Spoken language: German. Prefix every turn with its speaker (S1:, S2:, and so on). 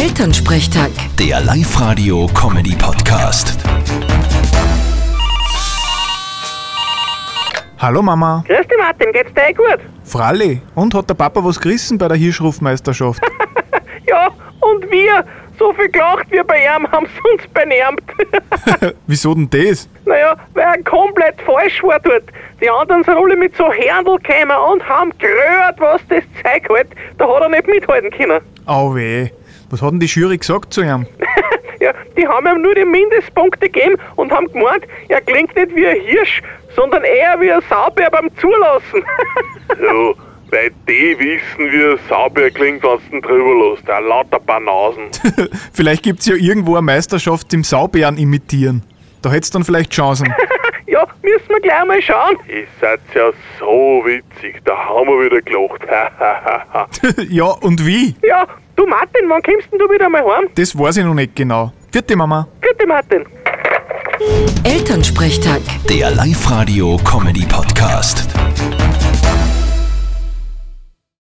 S1: Elternsprechtag.
S2: Der Live-Radio-Comedy-Podcast.
S3: Hallo Mama,
S4: Grüß dich Martin, geht's dir eh gut?
S3: Fralli, und hat der Papa was gerissen bei der Hirschrufmeisterschaft?
S4: Ja, und wir, so viel gelacht wie bei ihm, haben sie uns benärmt.
S3: Wieso denn das?
S4: naja, weil er komplett falsch war dort. Die anderen sind alle mit so Händel gekommen und haben gerührt, was das Zeug hält. Da hat er nicht mithalten können.
S3: Au weh, was hat denn die Jury gesagt zu ihm?
S4: ja, die haben ihm nur die Mindestpunkte gegeben und haben gemeint, er klingt nicht wie ein Hirsch, sondern eher wie ein Saubär beim Zulassen.
S5: Ja, weil die wissen, wie ein Sauber klingt, wenn du ihn drüber lässt. Ein lauter Banausen.
S3: Vielleicht gibt's ja irgendwo eine Meisterschaft im Saubären imitieren. Da hätt's dann vielleicht Chancen.
S4: ja, müssen wir gleich mal schauen.
S5: Ihr seid ja so witzig. Da haben wir wieder gelacht. Hahaha.
S3: ja, und wie?
S4: Ja, du Martin, wann kommst denn du wieder mal heim?
S3: Das weiß ich noch nicht genau. Vierte Mama.
S4: Gute Martin.
S1: Elternsprechtag.
S2: Der Live-Radio-Comedy-Podcast.